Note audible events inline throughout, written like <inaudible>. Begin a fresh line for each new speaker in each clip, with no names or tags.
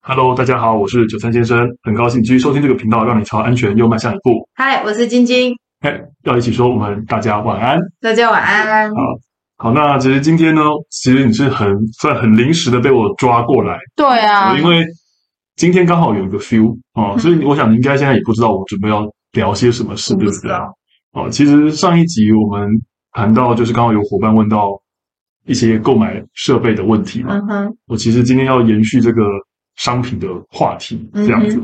Hello，大家好，我是九三先生，很高兴继续收听这个频道，让你朝安全又迈向一步。
嗨，我是晶晶，
哎，要一起说我们大家晚安。
大家晚安。
好，那其实今天呢，其实你是很算很临时的被我抓过来，哦
对啊
因为今天刚好有一个 feel 哦、
嗯
所以我想你应该现在也不知道我准备要聊些什么事，
我
对
不
不
知
对
道？
哦，其实上一集我们谈到，就是刚好有伙伴问到一些购买设备的问题嘛，
嗯哼，
我其实今天要延续这个商品的话题，这样子。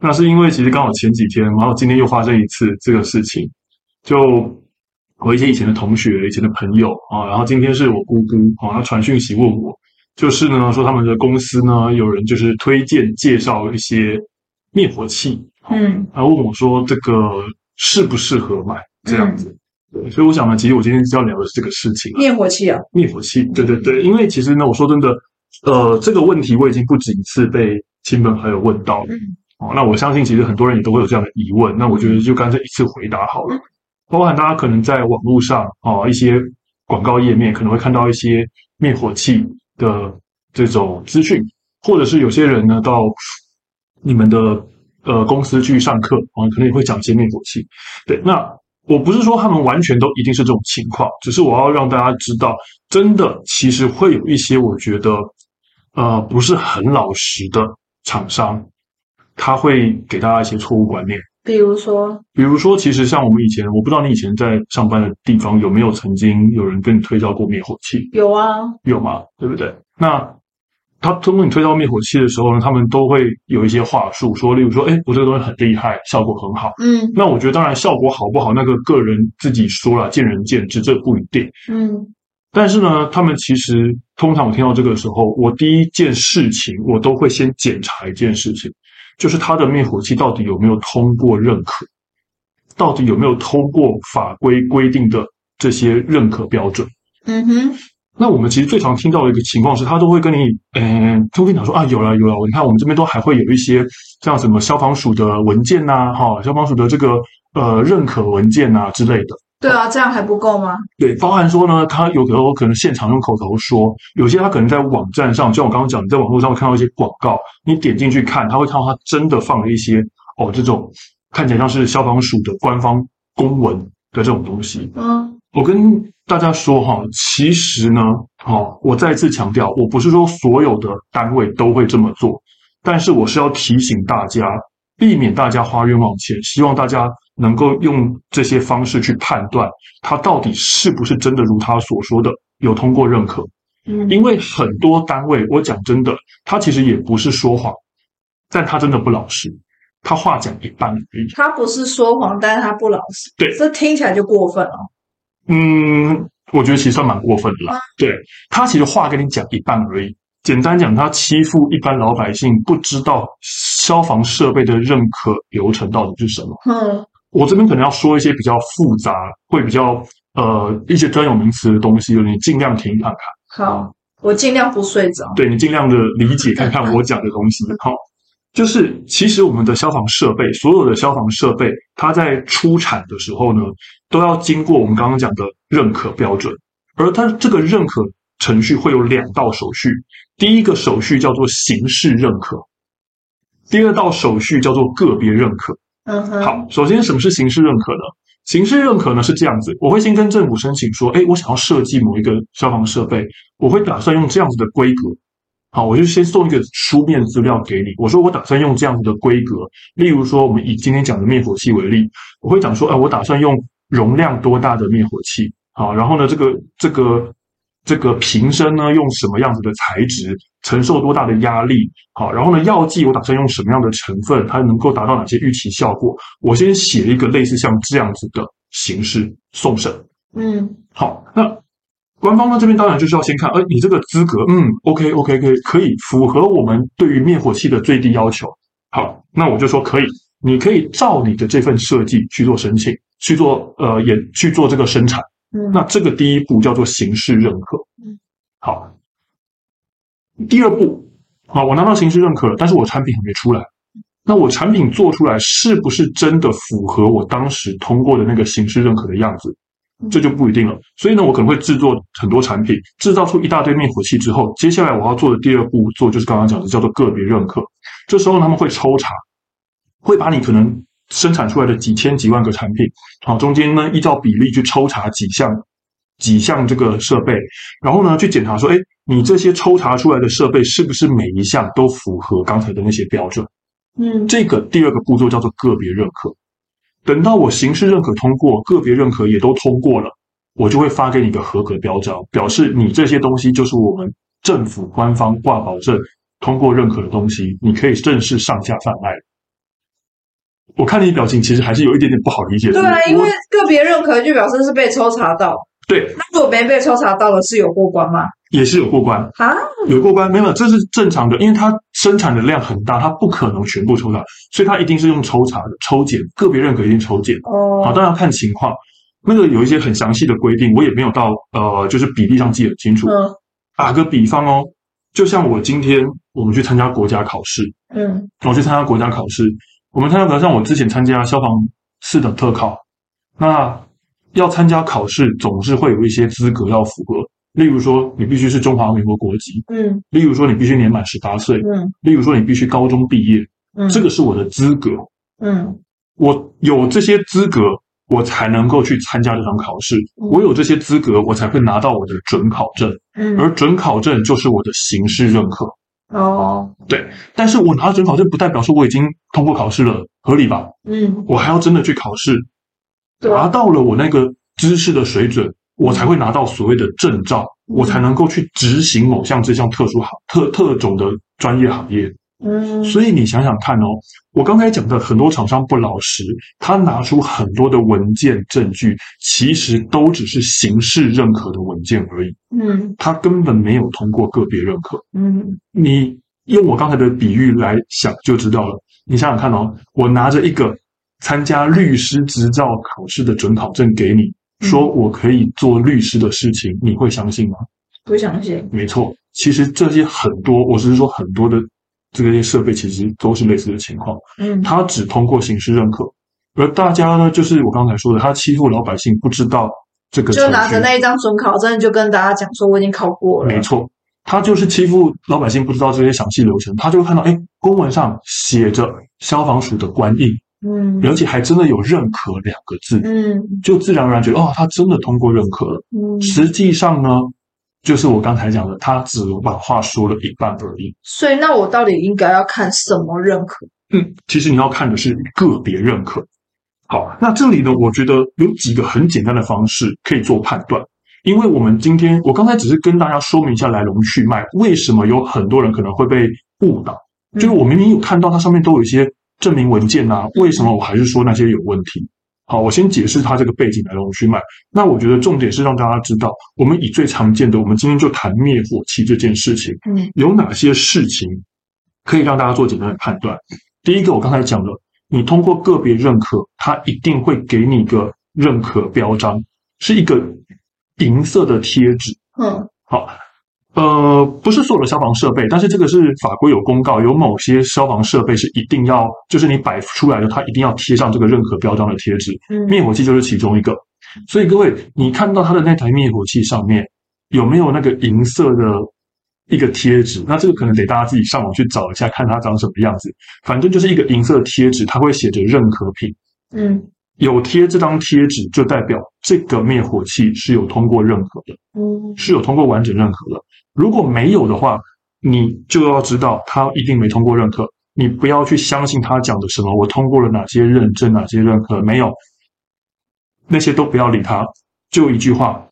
那是因为其实刚好前几天，然后今天又发生一次这个事情，就我一些以前的同学、以前的朋友啊，然后今天是我姑姑啊，她传讯息问我，就是呢说他们的公司呢有人就是推荐介绍一些灭火器，
嗯
然后问我说这个适不适合买这样子。对，所以我想呢，其实我今天是要聊的是这个事情啊。
灭火器哦，
灭火器，对对对，因为其实呢，我说真的，呃，这个问题我已经不止一次被亲朋好友问到了。
嗯
哦，那我相信其实很多人也都会有这样的疑问，那我觉得就干脆一次回答好了。包含大家可能在网络上哦，一些广告页面可能会看到一些灭火器的这种资讯，或者是有些人呢到你们的呃公司去上课啊、哦，可能也会讲一些灭火器。对，那我不是说他们完全都一定是这种情况，只是我要让大家知道，真的其实会有一些我觉得呃不是很老实的厂商，他会给大家一些错误观念。
比如说，
比如说，其实像我们以前，我不知道你以前在上班的地方有没有曾经有人跟你推销过灭火器，
有啊，
有吗？对不对？那他通过你推销灭火器的时候呢，他们都会有一些话术，说，例如说，哎，我这个东西很厉害，效果很好。
嗯
那我觉得，当然效果好不好，那个个人自己说了，见仁见智，这不一定。
嗯
但是呢，他们其实通常我听到这个时候，我第一件事情我都会先检查一件事情，就是它的灭火器到底有没有通过认可，到底有没有通过法规规定的这些认可标准。
嗯哼，
那我们其实最常听到的一个情况是，他都会跟你，嗯、都会跟你讲说啊，有了有了，你看我们这边都还会有一些像什么消防署的文件呐、哈、消防署的这个呃认可文件呐、之类的。
对啊，这样还不够吗？
对，包含说呢，他有时候可能现场用口头说，有些他可能在网站上，就像我刚刚讲，你在网络上会看到一些广告，你点进去看，他会看到他真的放了一些哦，这种看起来像是消防署的官方公文的这种东西。
嗯
我跟大家说哈，其实呢，哦，我再次强调，我不是说所有的单位都会这么做，但是我是要提醒大家，避免大家花冤枉钱，希望大家能够用这些方式去判断，它到底是不是真的如他所说的有通过认可。
嗯
因为很多单位，我讲真的，他其实也不是说谎，但他真的不老实，他话讲一半而已。
他不是说谎，但是他不老实，
对
这听起来就过分了。
嗯，我觉得其实算蛮过分的啦。对他其实话跟你讲一半而已，简单讲，他欺负一般老百姓，不知道消防设备的认可流程到底是什么。
嗯
我这边可能要说一些比较复杂，会比较呃一些专有名词的东西，你尽量听看看。
好，嗯我尽量不睡着。
对你尽量的理解看看我讲的东西。好，就是其实我们的消防设备，所有的消防设备，它在出产的时候呢，都要经过我们刚刚讲的认可标准，而它这个认可程序会有两道手续，第一个手续叫做形式认可，第二道手续叫做个别认可。
嗯哼，
好，首先什么是形式认可呢？形式认可呢是这样子，我会先跟政府申请说，哎，我想要设计某一个消防设备，我会打算用这样子的规格。好，我就先送一个书面资料给你，我说我打算用这样子的规格，例如说我们以今天讲的灭火器为例，我会讲说，哎，我打算用容量多大的灭火器，好，然后呢，这个这个这个瓶身呢用什么样子的材质，承受多大的压力，好，然后呢，药剂我打算用什么样的成分，它能够达到哪些预期效果，我先写一个类似像这样子的形式送审。
嗯
好，那官方呢这边当然就是要先看，哎，你这个资格，嗯，OK OK 可以可以符合我们对于灭火器的最低要求。好，那我就说可以，你可以照你的这份设计去做申请，去做呃也去做这个生产。
嗯，
那这个第一步叫做形式认可
嗯。
好，第二步啊，我拿到形式认可了，但是我产品还没出来。
嗯
那我产品做出来是不是真的符合我当时通过的那个形式认可的样子？
嗯
这就不一定了。所以呢，我可能会制作很多产品，制造出一大堆灭火器之后，接下来我要做的第二步做就是刚刚讲的叫做个别认可。这时候他们会抽查，会把你可能生产出来的几千几万个产品，好，中间呢依照比例去抽查几项几项这个设备，然后呢去检查说，哎，你这些抽查出来的设备是不是每一项都符合刚才的那些标准？
嗯，
这个第二个步骤叫做个别认可。等到我形式认可通过，个别认可也都通过了，我就会发给你个合格标章，表示你这些东西就是我们政府官方挂保证通过认可的东西，你可以正式上架贩卖了。我看你表情，其实还是有一点点不好理解。
对啊，
不
因为个别认可就表示是被抽查到，
对
那如果没被抽查到的是有过关吗？
也是有过关，
啊，
有过关没有？这是正常的，因为它生产的量很大，它不可能全部抽查，所以它一定是用抽查的、抽检，个别认可一定抽检。好，
哦，
当然要看情况。那个有一些很详细的规定，我也没有到呃，就是比例上记得很清楚。
嗯
打个比方哦，就像我今天我们去参加国家考试，
嗯
我去参加国家考试，我们参加，比如像我之前参加消防四等特考，那要参加考试总是会有一些资格要符合，例如说你必须是中华民国国籍，
嗯
例如说你必须年满十八岁，
嗯
例如说你必须高中毕业，
嗯，
这个是我的资格。
嗯
我有这些资格，我才能够去参加这场考试。
嗯
我有这些资格，我才会拿到我的准考证，
嗯
而准考证就是我的形式认可。
哦
啊但是我拿到准考证，不代表说我已经通过考试了，合理吧？
嗯
我还要真的去考试，
对啊
达到了我那个知识的水准，我才会拿到所谓的证照，
嗯
我才能够去执行某项这项特殊行特特种的专业行业。
嗯，
所以你想想看哦，我刚才讲的很多厂商不老实，他拿出很多的文件证据，其实都只是形式认可的文件而已，
嗯
他根本没有通过个别认可。
嗯
你用我刚才的比喻来想就知道了。你想想看哦，我拿着一个参加律师执照考试的准考证给你，
嗯
说我可以做律师的事情，你会相信吗？
不相信，
没错，其实这些很多，我只是说很多的这些设备其实都是类似的情况，
嗯
它只通过形式认可，而大家呢，就是我刚才说的，他欺负老百姓，不知道这个
就拿
程
着
序
那一张准考证就跟大家讲说我已经考过了，
没错，他就是欺负老百姓，不知道这些详细流程，他就会看到，哎，公文上写着消防署的官印，
嗯
而且还真的有认可两个字，
嗯
就自然而然觉得，哦，他真的通过认可了。
嗯，
实际上呢，就是我刚才讲的，他只把话说了一半而已。
所以那我到底应该要看什么认可？
嗯，其实你要看的是个别认可。好，那这里呢，我觉得有几个很简单的方式可以做判断，因为我们今天我刚才只是跟大家说明一下来龙去脉，为什么有很多人可能会被误导，就是我明明有看到它上面都有一些证明文件啊，为什么我还是说那些有问题？好，我先解释它这个背景来龙去脉。那我觉得重点是让大家知道，我们以最常见的，我们今天就谈灭火器这件事情。
嗯
有哪些事情可以让大家做简单的判断？第一个，我刚才讲了，你通过个别认可，它一定会给你一个认可标章，是一个银色的贴纸。
嗯
好，呃，不是所有的消防设备，但是这个是法规有公告，有某些消防设备是一定要，就是你摆出来的，它一定要贴上这个认可标章的贴纸。
嗯
灭火器就是其中一个。所以各位，你看到它的那台灭火器上面有没有那个银色的一个贴纸？那这个可能得大家自己上网去找一下，看它长什么样子。反正就是一个银色的贴纸，它会写着认可品。
嗯
有贴这张贴纸，就代表这个灭火器是有通过认可的，
嗯
是有通过完整认可的。如果没有的话，你就要知道它一定没通过认可。你不要去相信他讲的什么，我通过了哪些认证，哪些认可没有，那些都不要理他。就一句话，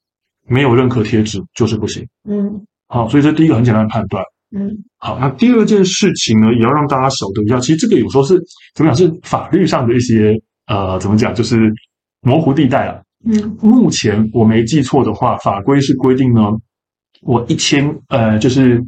没有认可贴纸就是不行。
嗯
好，所以这第一个很简单的判断。
嗯
好，那第二件事情呢，也要让大家晓得一下。其实这个有时候是怎么讲，是法律上的一些呃，怎么讲，就是模糊地带啊。
嗯
目前我没记错的话，法规是规定呢，我一千呃，就是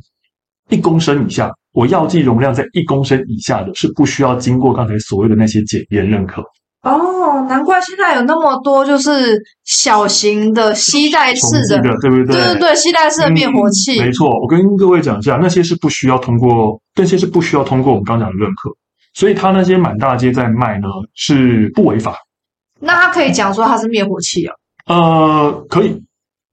一公升以下，我药剂容量在一公升以下的是不需要经过刚才所谓的那些检验认可。
哦，难怪现在有那么多就是小型的吸带式
同
哎的
意，的，对不
对对对，吸带式的灭火器，
没错，我跟各位讲一下，那些是不需要通过，那些是不需要通过我们刚讲的认可，所以他那些满大街在卖呢是不违法。
那他可以讲说它是灭火器哦。
呃，可以，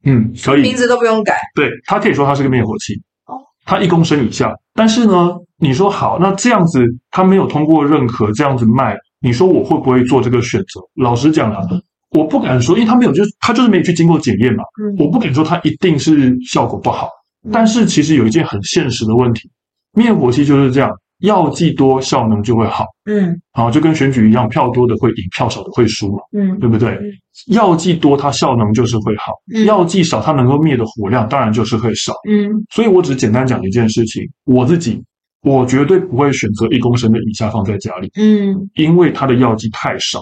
嗯，可以
名，字都不用改，
对，它可以说它是个灭火器
哦，
它一公升以下。但是呢，你说好，那这样子它没有通过认可，这样子卖，你说我会不会做这个选择？老实讲啦，我不敢说，因为它没有，就是它就是没有去经过检验嘛，
嗯，
我不敢说它一定是效果不好。
嗯
但是其实有一件很现实的问题，灭火器就是这样，药剂多效能就会好，
嗯
好就跟选举一样，票多的会赢，票少的会输嘛。
嗯
对不对
嗯？
药剂多，它效能就是会好；
嗯
药剂少，它能够灭的火量当然就是会少。
嗯
所以我只简单讲一件事情，我自己我绝对不会选择一公升的以下放在家里，
嗯
因为它的药剂太少，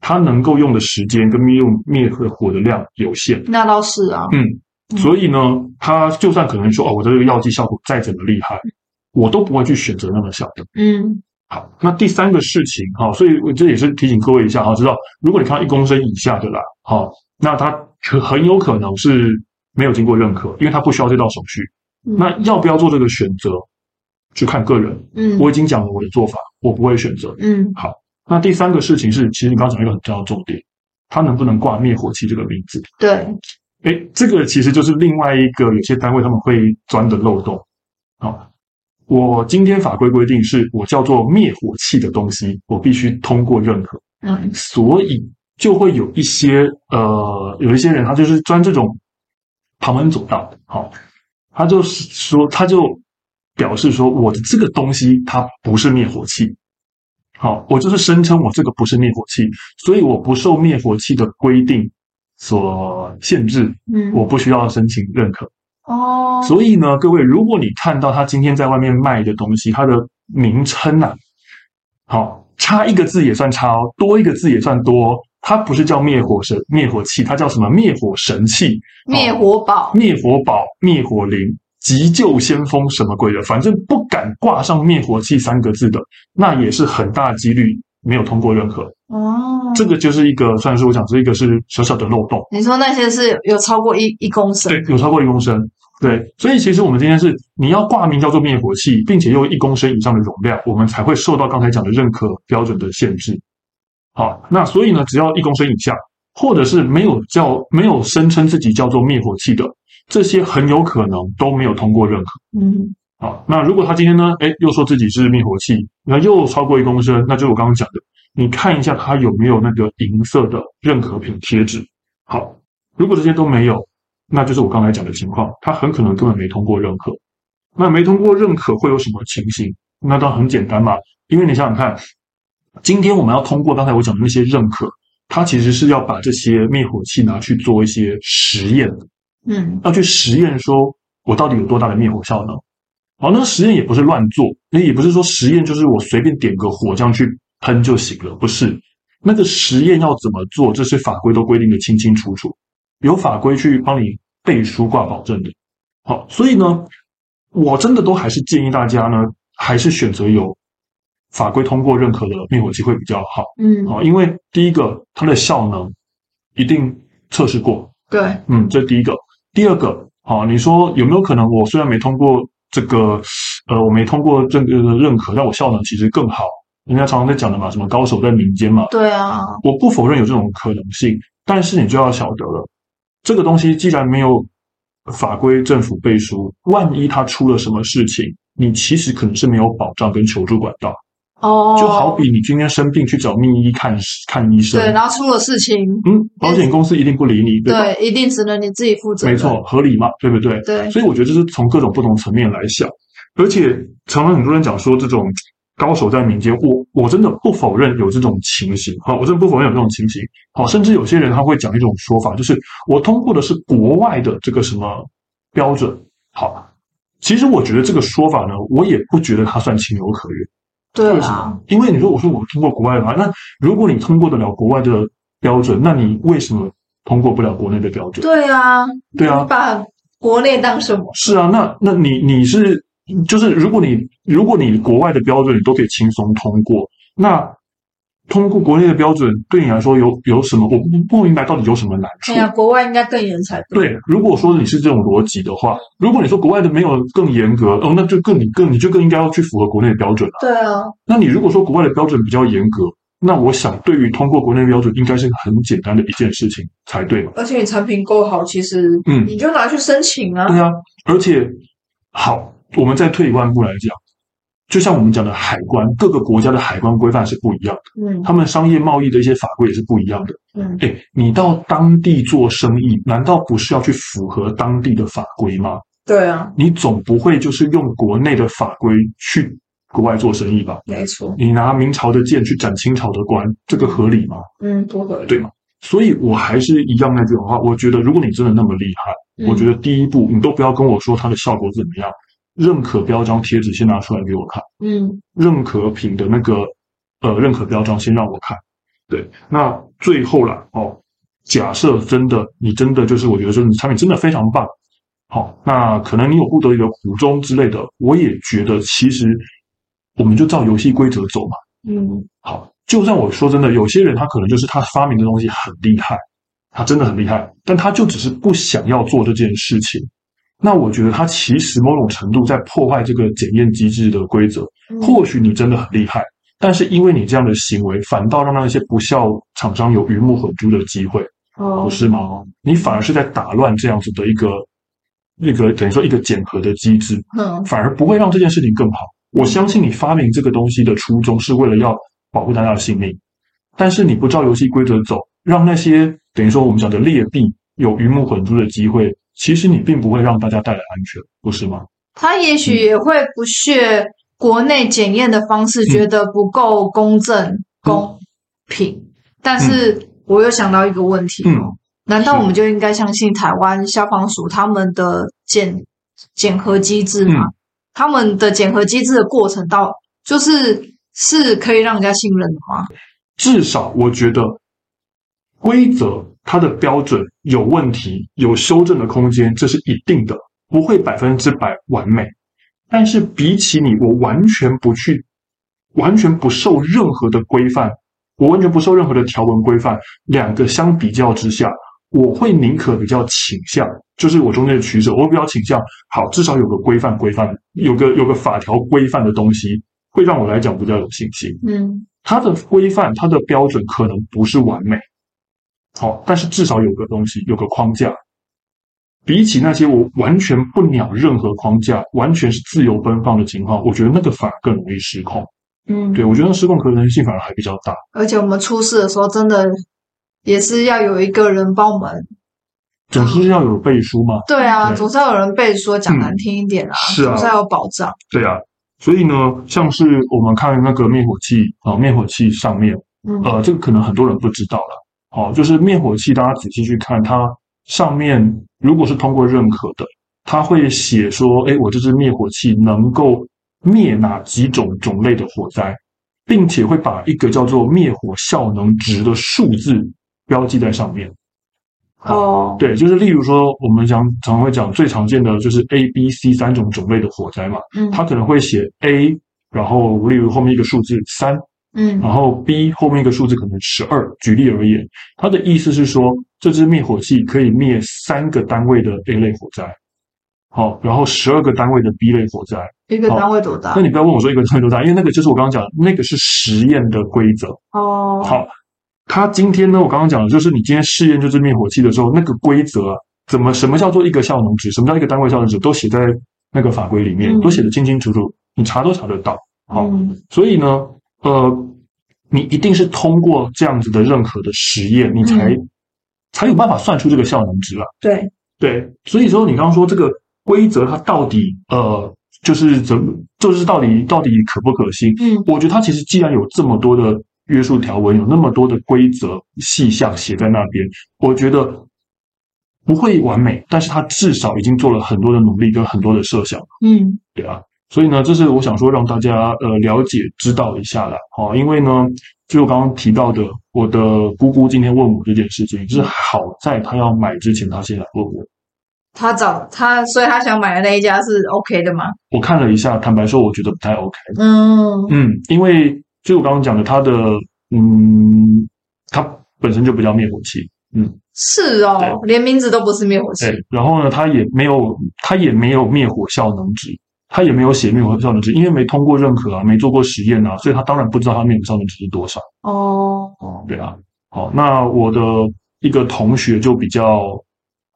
它能够用的时间跟灭用灭火的量有限。
那倒是啊，
嗯
嗯，
所以呢，它就算可能说哦，我的这个药剂效果再怎么厉害，我都不会去选择那么小的。
嗯
好，那第三个事情哈、所以我这也是提醒各位一下哈、知道如果你看到一公升以下的啦，好、那它可很有可能是没有经过认可，因为它不需要这道手续。
嗯
那要不要做这个选择，就看个人。
嗯
我已经讲了我的做法，我不会选择。
嗯
那第三个事情是，其实你刚刚讲一个很重要的重点，它能不能挂灭火器这个名字？
对，
诶，这个其实就是另外一个有些单位他们会钻的漏洞。好、我今天法规规定是我叫做灭火器的东西，我必须通过认可，
嗯
所以就会有一些呃，有一些人他就是钻这种旁门左道的。好、他就是说，他就表示说，我的这个东西它不是灭火器。好，我就是声称我这个不是灭火器，所以我不受灭火器的规定所限制，
嗯，
我不需要申请认可。
哦，
所以呢，各位，如果你看到他今天在外面卖的东西，它的名称啊，好，差一个字也算差哦，多一个字也算多哦、它不是叫灭火神、灭火器，它叫什么？灭火神器、
灭火宝，
灭火宝、灭火灵、急救先锋什么鬼的，反正不敢挂上灭火器三个字的，那也是很大几率没有通过认可。
哦，
嗯这个就是一个，算是我讲这个是小小的漏洞。
你说那些是有超过一一公升，
对，有超过一公升。对，所以其实我们今天是你要挂名叫做灭火器，并且又有一公升以上的容量，我们才会受到刚才讲的认可标准的限制。好，那所以呢，只要一公升以下，或者是没有叫没有声称自己叫做灭火器的，这些很有可能都没有通过认可。
嗯
好，那如果他今天呢，哎，又说自己是灭火器，那又超过一公升，那就是我刚刚讲的，你看一下他有没有那个银色的认可品贴纸。好，如果这些都没有，那就是我刚才讲的情况，他很可能根本没通过认可。那没通过认可会有什么情形？那当然很简单嘛，因为你想想看，今天我们要通过刚才我讲的那些认可，它其实是要把这些灭火器拿去做一些实验的
嗯
要去实验，说我到底有多大的灭火效能。好，那实验也不是乱做，那也不是说实验就是我随便点个火这样去喷就行了，不是。那个实验要怎么做，这些法规都规定的清清楚楚，有法规去帮你背书挂保证的。好，所以呢，我真的都还是建议大家呢，还是选择有法规通过认可的灭火器会比较好。
嗯，
好，因为第一个它的效能一定测试过，
对，
嗯，这是第一个。第二个，好、你说有没有可能我虽然没通过这个，呃，我没通过这个认可，但我效能其实更好？人家常常在讲的嘛，什么高手在民间嘛，
对啊，
我不否认有这种可能性，但是你就要晓得了，这个东西既然没有法规政府背书，万一它出了什么事情，你其实可能是没有保障跟求助管道。
哦，
就好比你今天生病去找秘医看看医生
对，，然后出了事情，
嗯，保险公司一定不理你，对吧？
对，一定只能你自己负责，
没，错，合理嘛，对不对？
对，
所以我觉得这是从各种不同层面来想，而且常常很多人讲说这种高手在民间，我我真的不否认有这种情形，好，我真的不否认有这种情形，好，甚至有些人他会讲一种说法，就是我通过的是国外的这个什么标准，好，其实我觉得这个说法呢，我也不觉得它算情有可原。
对
为什
啊
么，？因为你说我说我通过国外嘛，那如果你通过得了国外的标准，那你为什么通过不了国内的标准？
对啊，
对啊
你，把国内当什么？
是啊，那那你你是就是如果你如果你国外的标准你都可以轻松通过，那通过国内的标准对你来说有有什么？我不不明白到底有什么难处
哎。呀，国外应该更严才对，
对，如果说你是这种逻辑的话，如果你说国外的没有更严格，哦，那就更你更你就更应该要去符合国内的标准了。
对啊，
那你如果说国外的标准比较严格，那我想，对于通过国内标准，应该是很简单的一件事情才对嘛。
而且你产品够好，其实
嗯
你就拿去申请啊。
对啊，而且好，我们再退一万步来讲，就像我们讲的海关，各个国家的海关规范是不一样的，
嗯
他们商业贸易的一些法规也是不一样的。
嗯，
哎，你到当地做生意，难道不是要去符合当地的法规吗？
对啊，
你总不会就是用国内的法规去国外做生意吧？
没错。
你拿明朝的剑去斩清朝的官，这个合理吗？
嗯，不合理。
对所以我还是一样那句话，我觉得如果你真的那么厉害，
嗯
我觉得第一步你都不要跟我说它的效果怎么样，认可标章贴纸先拿出来给我看，
嗯
认可品的那个呃认可标章先让我看。对，那最后啦，哦，假设真的你真的就是我觉得就是你产品真的非常棒，好、那可能你有不得已的苦衷之类的，我也觉得其实我们就照游戏规则走嘛。
嗯
好，就算我说真的，有些人他可能就是他发明的东西很厉害，他真的很厉害，但他就只是不想要做这件事情。那我觉得他其实某种程度在破坏这个检验机制的规则。
嗯
或许你真的很厉害，但是因为你这样的行为，反倒让那些不孝厂商有鱼目混珠的机会，
哦
不是吗？你反而是在打乱这样子的一个一个等于说一个检核的机制，
嗯
反而不会让这件事情更好。我相信你发明这个东西的初衷是为了要保护大家的性命，但是你不照游戏规则走，让那些等于说我们讲的劣币有鱼目混珠的机会，其实你并不会让大家带来安全，不是吗？
他也许
嗯
也会不屑国内检验的方
嗯
式，觉得不够公正、公平。但是我又想到一个问题，哦
嗯，
难道我们就应该相信台湾消防署他们的检检核机制吗？
嗯
他们的检核机制的过程到就是是可以让人家信任的吗？
至少我觉得规则它的标准有问题，有修正的空间，这是一定的，不会百分之百完美。但是比起你，我完全不去，完全不受任何的规范，我完全不受任何的条文规范，两个相比较之下，我会宁可比较倾向，就是我中间的取舍，我会比较倾向，好，至少有个规范规范，有个有个法条规范的东西，会让我来讲比较有信心。
嗯
它的规范、它的标准可能不是完美，好、但是至少有个东西，有个框架。比起那些我完全不鸟任何框架，完全是自由奔放的情况，我觉得那个反而更容易失控。
嗯，
对我觉得失控可能性反而还比较大。
而且我们出事的时候，真的也是要有一个人帮我们。
总是要有背书嘛，
对啊，
对
总是要有人背说，讲难听一点啊，
嗯是啊
总是要有保障。
对啊。所以呢，像是我们看那个灭火器啊、灭火器上面，
嗯
呃，这个可能很多人不知道了。哦，就是灭火器，大家仔细去看，它上面如果是通过认可的，它会写说，哎，我这支灭火器能够灭哪几种种类的火灾，并且会把一个叫做灭火效能值的数字标记在上面。
哦，
对，就是例如说，我们讲常会讲最常见的就是 A、B、C 三种种类的火灾嘛，
嗯
它可能会写 A，然后例如后面一个数字三，
嗯
然后 B 后面一个数字可能十二。举例而言，它的意思是说，这支灭火器可以灭三个单位的 A 类火灾，好，然后十二个单位的 B 类火灾。
一个单位多大
那？你不要问我说一个单位多大，因为那个就是我刚刚讲的，那个是实验的规则。
哦，
好，它今天呢，我刚刚讲的就是你今天试验这支灭火器的时候，那个规则啊，怎么什么叫做一个效能值，什么叫一个单位效能值，都写在那个法规里面，
嗯
都写的清清楚楚，你查都查得到。好，
嗯
所以呢，呃，你一定是通过这样子的认可的实验，你才、才有办法算出这个效能值啊。
对，
对，所以说你刚刚说这个规则它到底呃，就是怎么，就是到底到底可不可行？
嗯
我觉得它其实既然有这么多的约束条文，有那么多的规则细项写在那边，我觉得。不会完美，但是它至少已经做了很多的努力跟很多的设想。
嗯
对啊，所以呢，这是我想说让大家呃了解知道一下啦。哦，因为呢，就我刚刚提到的，我的姑姑今天问我这件事情，就是好在她要买之前，她先来问我。
他找他，所以他想买的那一家是 OK 的嘛？
我看了一下，坦白说，我觉得不太 OK。
嗯
嗯，因为就我刚刚讲的，它的嗯，它本身就不叫灭火器，
是哦，连名字都不是灭火器
对，然后呢，它也没有，它也没有灭火效能值，他也没有写灭火效能值，因为没通过认可啊，没做过实验啊，所以他当然不知道他灭火效能值是多少。
哦，
哦，对啊，好，那我的一个同学就比较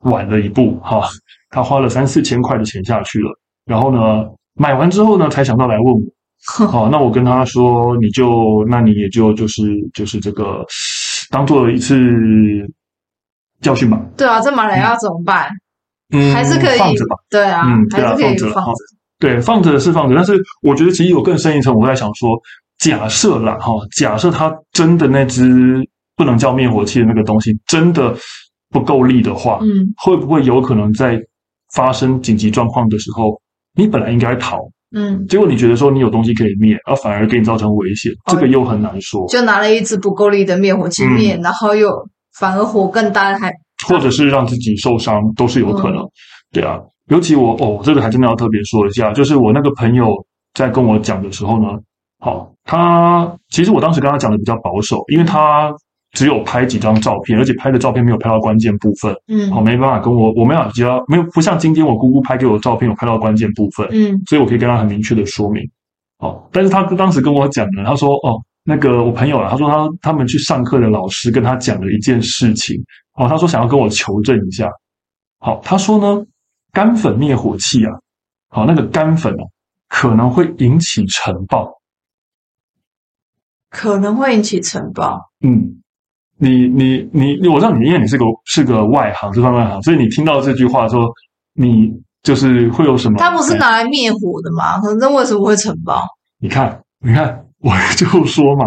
晚了一步哈、他花了三四千块的钱下去了，然后呢，买完之后呢，才想到来问
<laughs>
我。好、那我跟他说，你就那你也就就是就是这个当做一次教训吧，
对啊，这马来亚怎么办？
嗯，
还是可以
放着吧。
对啊，
嗯
还
对啊
是可以
放着
放着。
对，放着是放着，但是我觉得其实有更深一层，我在想说，假设啦哈，假设它真的那只不能叫灭火器的那个东西真的不够力的话，
嗯
会不会有可能在发生紧急状况的时候，你本来应该逃，
嗯，
结果你觉得说你有东西可以灭，而反而给你造成危险，这个又很难说，
哦就拿了一支不够力的灭火器灭，
嗯
然后又反而火更大，还
或者是让自己受伤都是有可能，对啊。尤其我哦，这个还真的要特别说一下，就是我那个朋友在跟我讲的时候呢，好，他其实我当时跟他讲的比较保守，因为他只有拍几张照片，而且拍的照片没有拍到关键部分，
嗯
好，没办法跟我，我没有比较没有不像今天我姑姑拍给我的照片有拍到关键部分，
嗯
所以我可以跟他很明确的说明。哦，但是他当时跟我讲呢，他说哦，那个我朋友啊，他说他他们去上课的老师跟他讲了一件事情，哦，他说想要跟我求证一下。好、他说呢，干粉灭火器啊，好、那个干粉啊，可能会引起尘爆。
可能会引起尘爆。
嗯，你你你你，我知道你，因为你是个是个外行，是方面外行，所以你听到这句话说，你就是会有什么？
它不是拿来灭火的嘛？可那为什么会尘爆？
你看，你看，我 <laughs> 就说嘛，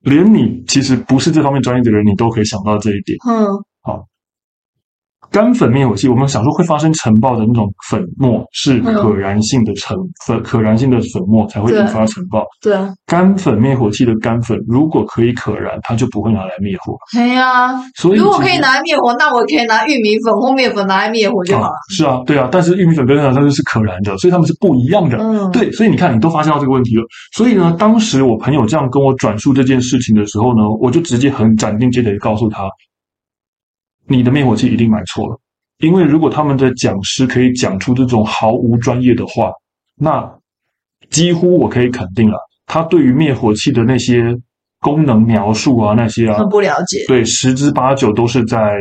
连你其实不是这方面专业的人，你都可以想到这一点。
嗯
干粉灭火器，我们想说会发生尘爆的那种粉末是
嗯
可燃性的尘粉，可燃性的粉末才会引发尘爆。
对啊，
干粉灭火器的干粉如果可以可燃，它就不会拿来灭火。
嘿呀、啊，
所以
如果
其
可
实
以拿来灭火，那我可以拿玉米粉或面粉拿来灭火就好
啊
了。，
是啊，对啊，但是玉米粉跟燃烧就是可燃的，所以它们是不一样的。
嗯，，
对，所以你看，你都发现到这个问题了。所以呢，当时我朋友这样跟我转述这件事情的时候呢，我就直接很斩钉截铁的告诉他，你的灭火器一定买错了。因为如果他们的讲师可以讲出这种毫无专业的话，那几乎我可以肯定了，他对于灭火器的那些功能描述啊，那些啊，
很不了解。
对，十之八九都是在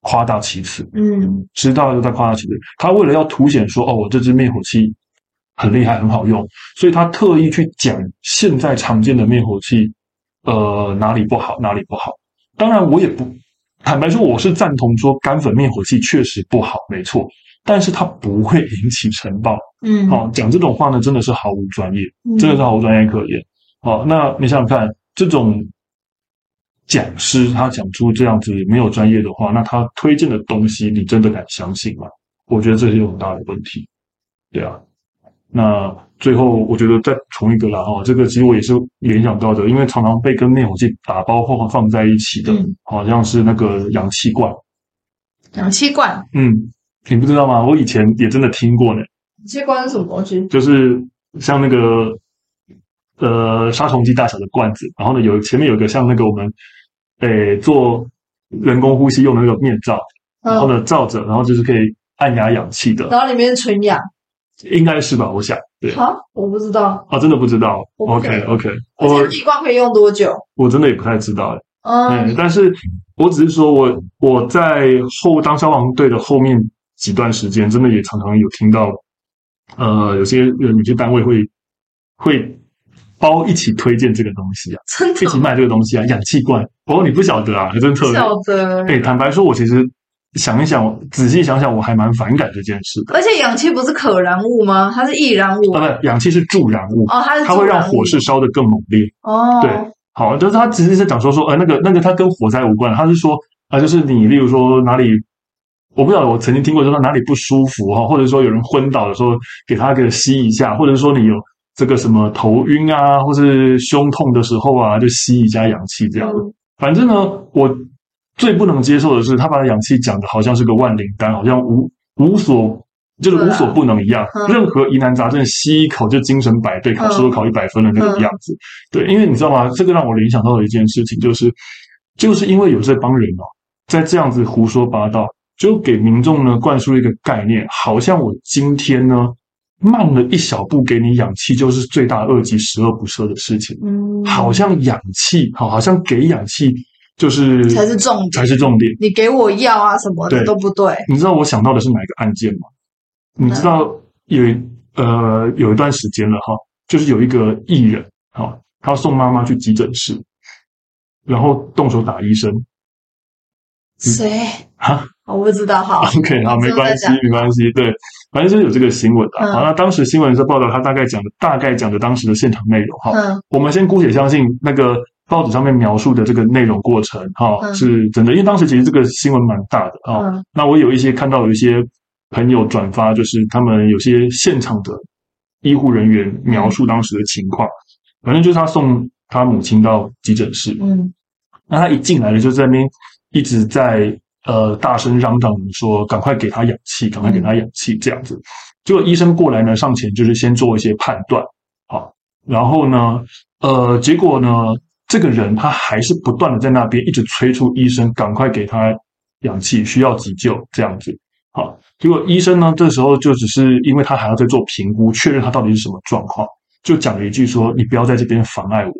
夸大其词。
嗯
知道就在夸大其词。他为了要凸显说，哦，我这支灭火器很厉害，很好用，所以他特意去讲现在常见的灭火器，呃，哪里不好，哪里不好。当然，我也不坦白说，我是赞同说干粉灭火器确实不好，没错，但是它不会引起尘爆。
嗯，
哦，讲这种话呢，真的是毫无专业。
嗯，
这个是毫无专业可言。好，那你想想看，这种讲师他讲出这样子没有专业的话，那他推荐的东西，你真的敢相信吗？我觉得这是有很大的问题。对啊，那最后我觉得再重一个啦，哦，这个其实我也是联想到的，因为常常被跟灭火器打包或放在一起的，
嗯
好像是那个氧气罐。
氧气罐，
嗯，你不知道吗？我以前也真的听过呢。
氧气罐是什么东西？
就是像那个呃杀虫剂大小的罐子，然后呢有前面有一个像那个我们诶、做人工呼吸用的那个面罩，然后
嗯，
呢罩着，然后就是可以按压氧气的，
然后里面是纯氧。
应该是吧？我想对。
好，我不知道。
啊，真的不知道。
我不知
OK
道
OK，
氧
我
气罐可以用多久？
我真的也不太知道诶嗯，
嗯
但是我只是说我我在后当消防队的后面几段时间，真的也常常有听到，呃，有些有些单位会会包一起推荐这个东西啊，
真
一起
的
卖这个东西啊，氧气罐。哦，你不晓得啊，还真
不
特别。
晓得。
哎、坦白说，我其实想一想，仔细想想，我还蛮反感这件事的。
而且氧气不是可燃物吗？它是易燃物。
啊，不，氧气是助燃物，
哦，它是
它会让
助燃物
火势烧得更猛烈。
哦，
对好，就是他只是在讲说说，呃，那个那个，它跟火灾无关，他是说啊、呃就是你例如说哪里，我不知道，我曾经听过，就是说哪里不舒服哈，或者说有人昏倒的时候，给他个吸一下，或者说你有这个什么头晕啊，或是胸痛的时候啊，就吸一下氧气这样。
嗯
反正呢，我最不能接受的是，他把氧气讲的好像是个万灵丹，好像无无所就是无所不能一样，
对啊嗯嗯
任何疑难杂症吸一口就精神百倍，考试都考一百分的那个样子。对，因为你知道吗？这个让我联想到的一件事情就是，就是因为有这帮人哦，在这样子胡说八道，就给民众呢灌输一个概念，好像我今天呢慢了一小步给你氧气，就是最大的恶极，十恶不赦的事情。
嗯，
好像氧气，好，好像给氧气就是
才是重点
才。是重点。
你给我药啊什么的
对嗯
都不对，
你知道我想到的是哪一个案件吗？你知道有一呃有一段时间了哈，就是有一个艺人哈，他要送妈妈去急诊室，然后动手打医生 <laughs>
谁
啊。
我不知
<laughs>
道哈。
OK，好，没关系
之后再讲，
没关系，对，反正就是有这个新闻的。啊
嗯
好，那当时新闻是报道，他大概讲的大概讲的当时的现场内容哈。
嗯
我们先姑且相信那个报纸上面描述的这个内容过程哈、
嗯
是真的，因为当时其实这个新闻蛮大的啊。
嗯
那我有一些看到有一些朋友转发，就是他们有些现场的医护人员描述当时的情况，反正就是他送他母亲到急诊室，
嗯
那他一进来了，就在那边一直在呃大声嚷嚷说：“赶快给他氧气，赶快给他氧气。”这样子，结果医生过来呢，上前就是先做一些判断，好，然后呢，呃，结果呢，这个人他还是不断的在那边一直催促医生赶快给他氧气，需要急救这样子。好，结果医生呢，这时候就只是因为他还要再做评估，确认他到底是什么状况，就讲了一句说：“你不要在这边妨碍我。”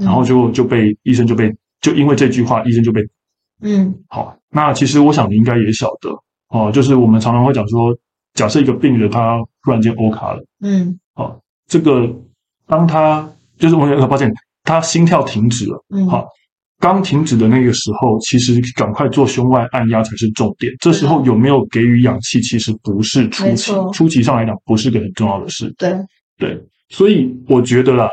嗯
然后就就被医生就被就因为这句话，医生就被
嗯
好。那其实我想你应该也晓得哦、就是我们常常会讲说，假设一个病人他突然间 O 卡了，
嗯
这个当他就是我呃抱歉，他心跳停止了，
嗯，
好刚停止的那个时候，其实赶快做胸外按压才是重点。这时候有没有给予氧气，其实不是初
没
期
错，
初期上来讲不是个很重要的事。
对，
对，所以我觉得啦，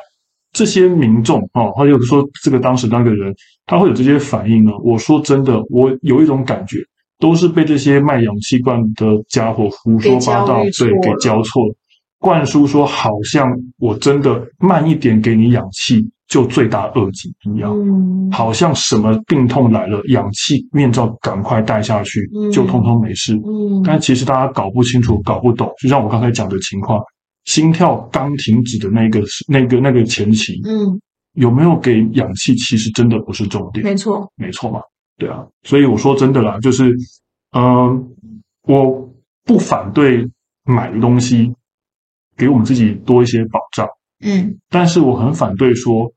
这些民众哦，或者说这个当时那个人，他会有这些反应呢。我说真的，我有一种感觉，都是被这些卖氧气罐的家伙胡说八道
给，教育
对，
错
给
了
教错了，灌输说好像我真的慢一点给你氧气就罪大恶极一样。
嗯，
好像什么病痛来了，氧气面罩赶快戴下去，
嗯
就通通没事。
嗯，
但其实大家搞不清楚、搞不懂，就像我刚才讲的情况，心跳刚停止的那个、那个、那个前期，
嗯，
有没有给氧气，其实真的不是重点，
没错，
没错嘛，对啊。所以我说真的啦，就是，嗯、我不反对买的东西给我们自己多一些保障，
嗯
但是我很反对说，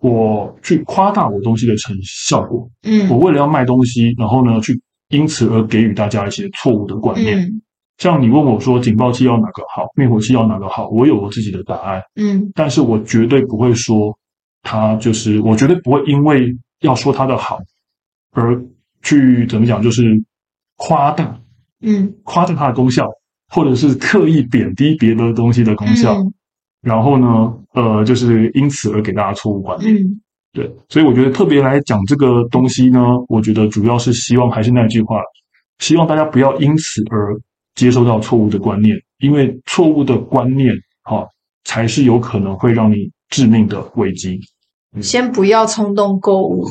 我去夸大我东西的成效果，我
嗯
为了要卖东西，然后呢，去因此而给予大家一些错误的观念。
嗯
像你问我说警报器要哪个好，灭火器要哪个好，我有我自己的答案，
嗯
但是我绝对不会说它就是，我绝对不会因为要说它的好而去怎么讲，就是夸大
嗯，
夸大它的功效，或者是刻意贬低别的东西的功效，
嗯
然后呢，呃，就是因此而给大家错误观念。
嗯
对，所以我觉得特别来讲这个东西呢，我觉得主要是希望还是那句话，希望大家不要因此而接收到错误的观念，因为错误的观念，哈、才是有可能会让你致命的危机。
先不要冲动购
<laughs>
物，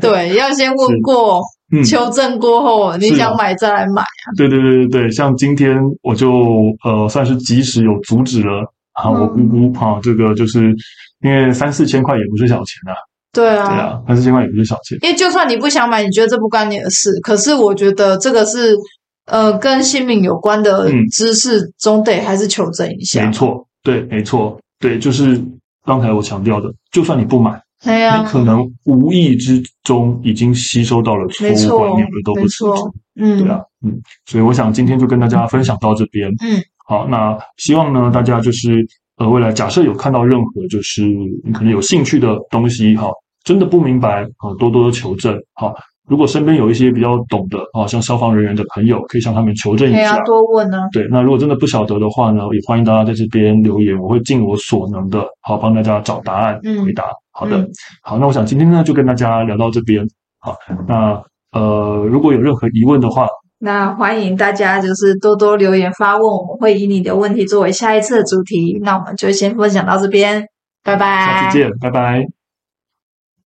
对，要先问
是
过，
嗯，
求证过后，你
是啊
想买再来买。
对对对对对，像今天我就呃算是及时有阻止了啊，我姑姑哈、这个就是因为三四千块也不是小钱啊，
对
对
啊，
啊，三四千块也不是小钱。
因为就算你不想买，你觉得这不关你的事，可是我觉得这个是呃跟性命有关的
嗯
知识，总得还是啊求证一下
没。错，对，没错，对，就是刚才我强调的，就算你不买，
对啊呀
你，可能无意之中已经吸收到了错
没
误
错
观念，而都，
没
不知
错
足。，
嗯
对，啊，嗯，所以我想今天就跟大家分享到这边。
嗯，
好，那希望呢，大家就是呃，未来假设有看到任何就是你可能有兴趣的东西，哈，真的不明白啊，多多求证，哈。如果身边有一些比较懂的啊，像消防人员的朋友，可以向他们求证一
对
下
啊，。多问啊。
对，那如果真的不晓得的话呢，也欢迎大家在这边留言，我会尽我所能的，好帮大家找答案、
嗯
回答。好的，
嗯
好，那我想今天呢就跟大家聊到这边。好，那呃，如果有任何疑问的话，
那欢迎大家就是多多留言发问，我们会以你的问题作为下一次的主题。那我们就先分享到这边，拜拜，
下次见，拜拜。